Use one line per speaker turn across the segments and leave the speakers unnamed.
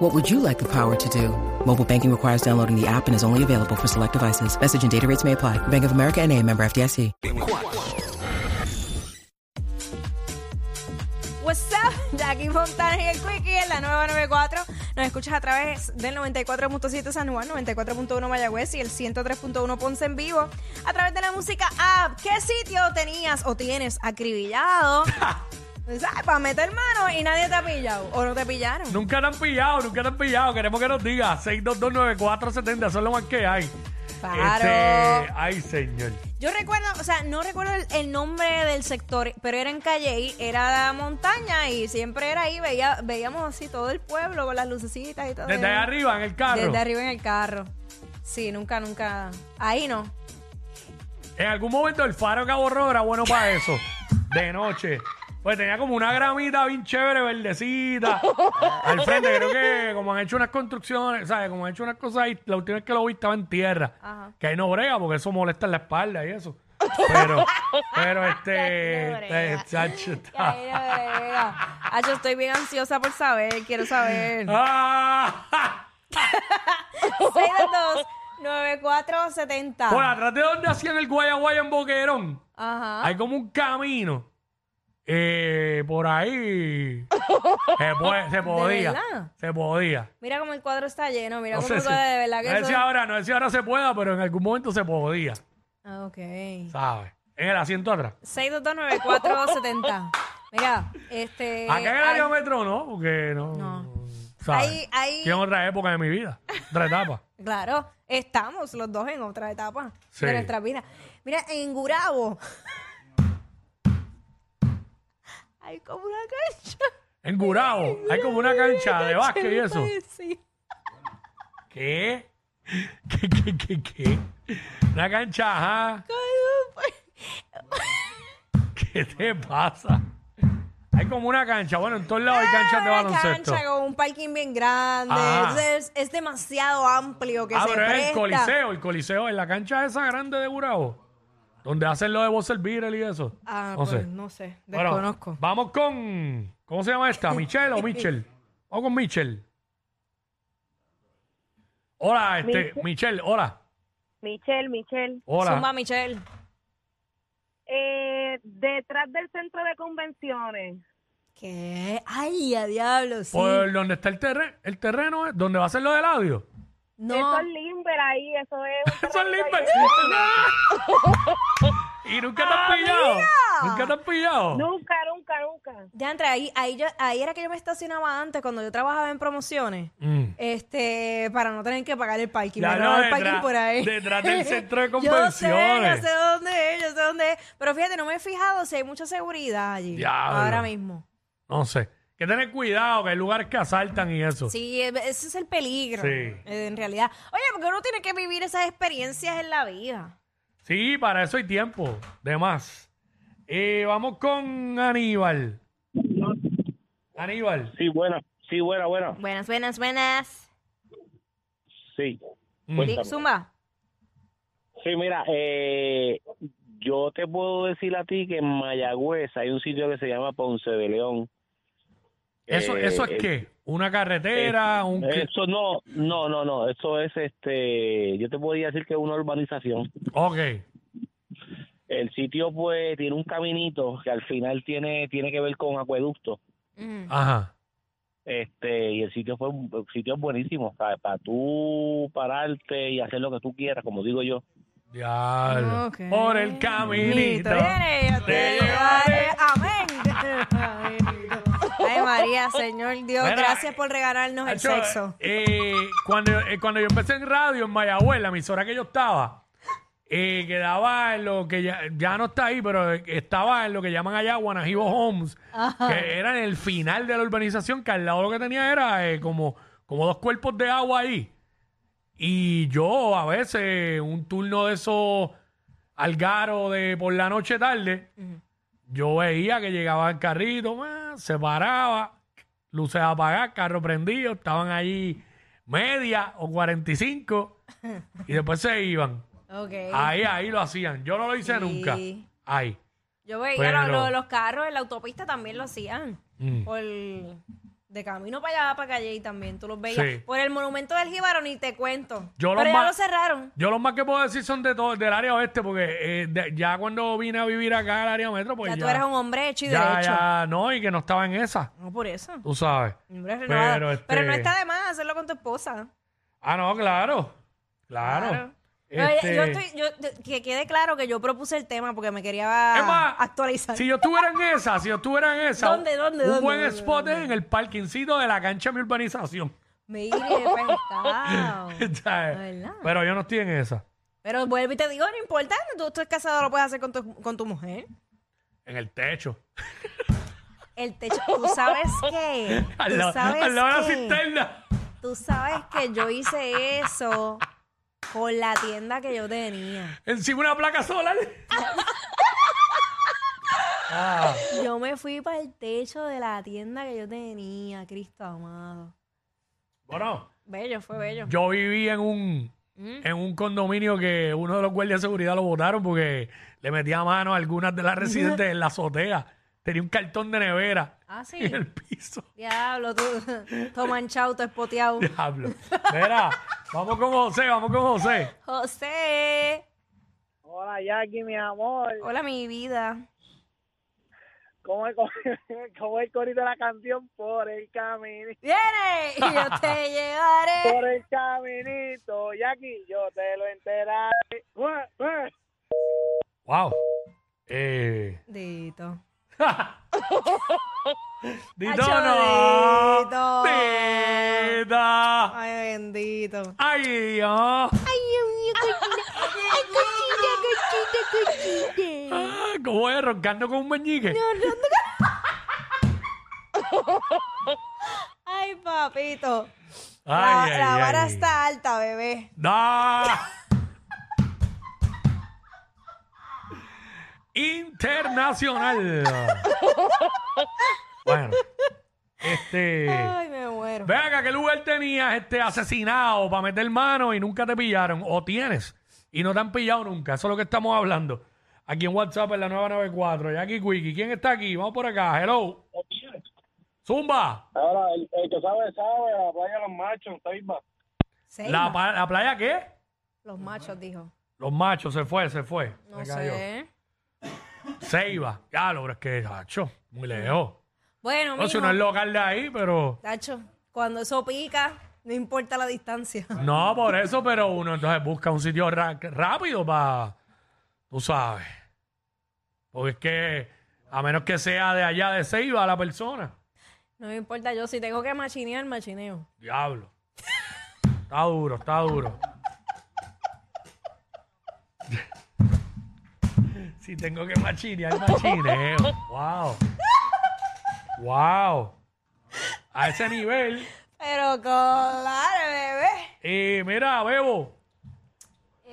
What would you like the power to do? Mobile banking requires downloading the app and is only available for select devices. Message and data rates may apply. Bank of America and a member FDIC.
What's up, Jackie Fontana y el Quickie en la nueva 94. Nos escuchas a través del 94.7 San Juan, 94.1 Mayagüez y el 103.1 Ponce en vivo. A través de la música app, ¿qué sitio tenías o tienes acribillado? ¿Sabes? Para meter mano y nadie te ha pillado. O no te pillaron.
Nunca te han pillado, nunca te han pillado. Queremos que nos digas. 6229470, eso es lo más que hay.
Claro.
Este, ay, señor.
Yo recuerdo, o sea, no recuerdo el, el nombre del sector, pero era en Calle, era la montaña y siempre era ahí, veía, veíamos así todo el pueblo con las lucecitas y todo.
Desde
Era-
allá arriba, en el carro.
Eh, Desde arriba en el carro. Sí, nunca, nunca. Ahí no.
En algún momento el faro Cabo Rojo era bueno para eso. De noche. Pues tenía como una gramita bien chévere, verdecita. al frente, creo que como han hecho unas construcciones, ¿sabes? Como han hecho unas cosas ahí, la última vez que lo vi estaba en tierra.
Ajá.
Que ahí no brega, porque eso molesta en la espalda y eso. Pero, pero este. eh, chacho, está-
Ahí no brega. Ah, yo estoy bien ansiosa por saber, quiero saber.
Ah,
622-9470.
Por atrás de donde hacían el guayaguay en Boquerón,
Ajá.
hay como un camino. Eh, por ahí se, puede- se
verdad?
podía. Se podía.
Mira cómo el cuadro está lleno, mira
No
cómo
sé,
todo
si,
de verdad
no
que
sé si
eso.
ahora, no sé si ahora se pueda, pero en algún momento se podía,
Ah, ok.
¿sabes? En el asiento atrás.
6229470. Mira, este.
Acá en el
hay-
área metro no, porque no.
No.
¿sabes?
Ahí- ahí-
Estoy en otra época de mi vida. Otra etapa.
Claro, estamos los dos en otra etapa
Sí.
de nuestra vida. Mira, en Gurabo. Hay como una cancha.
En Gurabo hay como una cancha de básquet y eso.
Sí.
¿Qué? ¿Qué, qué, qué, qué? Una cancha, ajá. ¿Qué te pasa? Hay como una cancha. Bueno, en todos lados hay canchas de
Una
baloncesto.
Ah, cancha con un parking bien grande.
Ajá.
Entonces, es, demasiado amplio que
Ah,
se
pero es
presta.
el Coliseo, el Coliseo, en la cancha esa grande de Gurabo. Donde hacen lo de Bosser Beatle y eso.
Ah,
no
pues
sé.
no sé,
Bueno,
desconozco.
vamos con. ¿Cómo se llama esta? ¿Michelle o Michelle? Vamos con Michelle. Hola, este, Michelle, hola.
Michelle, Michelle.
Hola.
Zumba Michelle.
Eh, detrás del centro de convenciones.
¿Qué? Ay, a diablo, sí.
Por donde está el terreno, el terreno es donde va a ser lo del audio.
no.
Eso es Limber ahí, Ah. eso es. un
Son
terrenito
limpios.
ahí.
y nunca te has pillado. Nunca te has pillado.
Nunca, nunca, nunca.
Ya entra ahí, ahí, yo, ahí era que yo me estacionaba antes cuando yo trabajaba en promociones.
Mm.
Este, para no tener que pagar el parking.
Ya
me
no,
robaba el
detrás-
parking por ahí.
detrás del centro de
Yo sé, yo
convenciones.
sé dónde es, yo sé dónde es. Pero fíjate, no me he fijado si hay mucha seguridad allí.
Diablo.
Ahora mismo.
No sé. Que tener cuidado, que hay lugares que asaltan y eso.
Sí, e- ese es el peligro.
Sí.
eh, En realidad. Oye, porque uno tiene que vivir esas experiencias en la vida.
Sí, para eso hay tiempo. De más. Eh, vamos con Aníbal. Aníbal.
Sí, buena, sí, buena, buena.
Buenas, buenas, buenas.
Sí.
Mm.
Di-
Cuéntame.
Zumba.
Sí, mira, eh, yo te puedo decir a ti que en Mayagüez hay un sitio que se llama Ponce de León.
¿Eso,
Eh,
¿Eso es
eh,
qué? ¿Una carretera? un qué?
Eso no, no, no, no, eso es este, yo te podría decir que es una urbanización.
Ok.
El sitio pues tiene un caminito que al final tiene tiene que ver con acueducto.
Mm.
Ajá.
Este, y el sitio fue un el sitio es buenísimo, ¿sabes? para tú pararte y hacer lo que tú quieras, como digo yo.
Diablo.
Ok.
Por el caminito.
Viene, yo
Te
te llevaré. Amén. Ay, María, Señor Dios,
Mira,
gracias por regalarnos el
Nacho,
sexo.
eh, cuando, eh, cuando yo empecé en radio en Mayagüez, la emisora que yo estaba, eh, quedaba en lo que ya, ya no está ahí, pero eh, estaba en lo que llaman allá Guanajibo Homes, que era en el final de la urbanización, que al lado lo que tenía era eh, como, como dos cuerpos de agua ahí. Y yo a veces un turno de esos Algaro de por la noche tarde, yo veía que llegaba el carrito, ma, se paraba, luces apagadas, carro prendido, estaban allí media o 45 y después se iban.
Ok.
Ahí, ahí lo hacían. Yo no lo hice
Sí.
nunca. Ahí.
Yo veía
Pero-
lo- lo- los carros en la autopista también lo hacían.
Mm.
Por, de camino para allá, para calle y también tú los veías.
Sí.
Por el monumento del Jíbaro ni te cuento.
Yo los
Pero ya
ma-
lo cerraron.
Yo lo más que puedo decir son de todo, del área oeste, porque eh, de- ya cuando vine a vivir acá al área metro, pues
ya,
ya.
tú eres un hombre hecho y
ya,
derecho.
ya, no, y que no estaba en esa,
No por eso.
tú sabes.
Hombre
Pero,
renovado. Pero,
este-
no está de más hacerlo con tu esposa.
Ah, no, claro. Claro.
No, oye,
Este,
eh, yo estoy, yo- que quede claro que yo propuse el tema porque me quería
Es más,
actualizar.
Si yo estuviera en esa, si yo estuviera en esa,
¿Dónde, dónde,
un
dónde,
buen
dónde,
spot es en el parkingcito de la cancha de mi urbanización.
Mire, pescado.
¿Sabes?
¿Verdad?
Pero yo no estoy en esa.
Pero vuelvo y te digo, no importa, tú, tú es casado, lo puedes hacer con tu, con tu mujer.
En el techo.
El techo, tú sabes qué.
Al
Tú
lado,
sabes
al lado de la
qué.
cisterna.
Tú sabes que yo hice eso con la tienda que yo tenía.
Encima una placa solar. ah,
Yo me fui para el techo de la tienda que yo tenía, Cristo amado.
bueno.
Bello, fue bello.
Yo viví en un
¿Mm?
en un condominio que uno de los guardias de seguridad lo votaron porque le metía mano a algunas de las residentes en la azotea. Tenía un cartón de nevera
Ah, sí.
en el piso.
Diablo, tú, todo manchado, todo espoteado.
Diablo. Mira, vamos con José, vamos con José.
José,
Hola, Jackie, mi amor.
hola mi vida.
¿Cómo es, cómo es el corito de la canción? Por el camino.
Viene y yo te llevaré.
Por el caminito, Jackie, yo te lo enteraré. Ué, ué.
Wow. Eh.
Dito.
Dito
Acho,
no.
Dito.
Dita.
Ay, bendito.
Ay, Dios. Ah, ¿Cómo es? Roncando con un meñique.
Ay, papito. La,
Ay, ay,
la vara
ay.
está alta, bebé.
¡No! Internacional. bueno, este.
Ay, me muero.
Ve acá, ¿qué lugar tenías este asesinado para meter mano y nunca te pillaron? O tienes y no te han pillado nunca. Eso es lo que estamos hablando. Aquí en WhatsApp en la 994. Jackie Quickie. ¿Quién está aquí? Vamos por acá. Hello. Zumba.
Ahora, el, el que sabe, sabe, a la playa de los machos, Taiba.
Seima.
¿La, pa- la playa qué?
Los machos, dijo.
Los machos, se fue, se fue.
No
Se cayó.
sé.
Ceiba. Ya, lo pero es que, hacho, muy lejos.
Bueno,
No, si
mijo,
no es local de ahí, pero.
Tacho, cuando eso pica, no importa la distancia.
No, por eso, pero uno entonces busca un sitio ra- rápido para. Tú sabes. Porque es que, a menos que sea de allá de Ceiba la persona.
No me importa, yo si tengo que machinear, machineo.
Diablo. Está duro, está duro. si tengo que machinear, machineo. Wow. Wow. A ese nivel.
Pero claro, bebé.
Y mira, Bebo.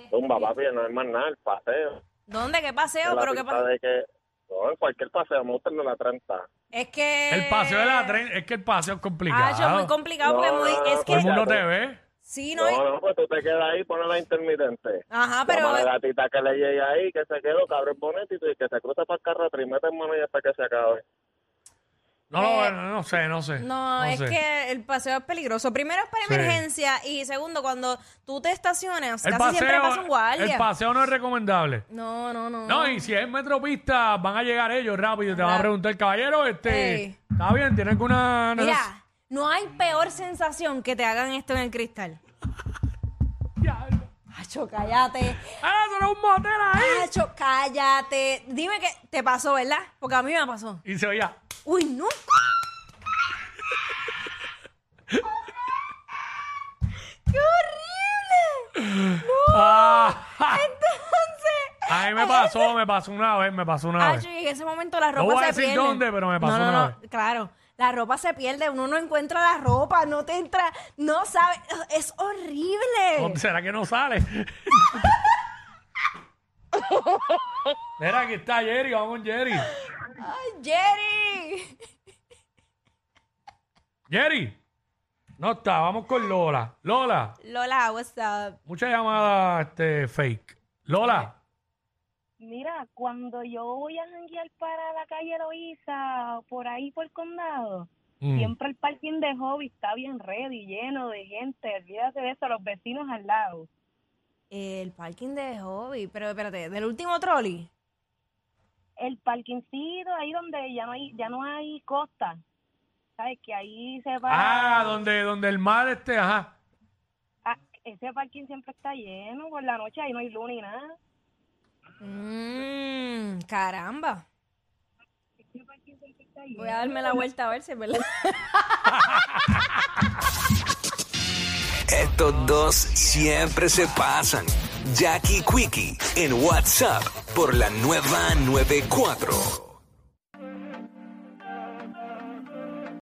Tumba, papi, no es más nada, el paseo.
¿Dónde? ¿Qué paseo?
La
¿Pero qué
pista
paseo?
de que, no, en cualquier paseo, me gusta el de la 30.
Es que...
El paseo de la tren. Es que el paseo
Eh.
es
Ah,
complicado.
yo, muy complicado porque
No,
muy-
no, no,
es que...
Todo el mundo te ve.
Sí, no,
No, no, pues tú te quedas ahí, pones la intermitente.
Ajá,
Pero... La
pero...
gatita que le llegue ahí, que se quedó, cabrón el bonete y tú, y que se cruza para el carro atrás y mete mano y hasta que se acabe.
No,
Eh,
no, no, no sé, no sé.
No, es
sé.
que el paseo es peligroso. Primero es para
Sí.
emergencia y segundo, cuando tú te estacionas,
El
casi siempre pasa un
paseo,
guardia.
el paseo no es recomendable.
no, no, no.
No, y si es metropista, van a llegar ellos rápido y te van a
Ra-
preguntar, caballero, este,
Ey.
está bien, tienen alguna...
Mira, no hay peor sensación que te hagan esto en el cristal.
Diablo.
Hacho, cállate.
¡Ah, eso era un motel ahí!
Hacho, cállate. Dime que te pasó, ¿verdad? Porque a mí me pasó.
Y se oía,
Uy, no. ¡Qué horrible!
¡ah! ja!
Entonces,
A mí me pasó, me pasó una vez, me pasó una
Hacho,
vez.
y en ese momento la ropa
No Ah, voy
se
a decir
pierde.
dónde, pero me pasó
no, no,
una
no, Claro, la ropa se pierde, uno no encuentra la ropa, no te entra, no
Oh,
sabe, es horrible.
¿Será que no sale? Mira, aquí está Jerry, vamos con Jerry.
¡Ay, Jerry!
Jerry. No está, vamos con Lola. Lola,
Lola, what's up?
mucha llamada este, fake. Lola,
Mira, cuando yo voy a janguear para la calle Loíza, por ahí por el condado,
mm,
siempre el parking de hobby está bien ready, lleno de gente, olvídate de eso, los vecinos al lado.
El parking de hobby, pero espérate, del último trolley.
El parkingcito ahí donde ya no hay, ya no hay costa, ¿sabes? Que ahí se va...
Ah, donde, donde el mar esté, ajá.
Ah, ese parking siempre está lleno, por la noche ahí no hay luz ni nada.
Mmm, caramba. Voy a darme la vuelta a ver si es verdad.
Estos dos siempre se pasan. Jackie Quickie en WhatsApp por la nueva 94.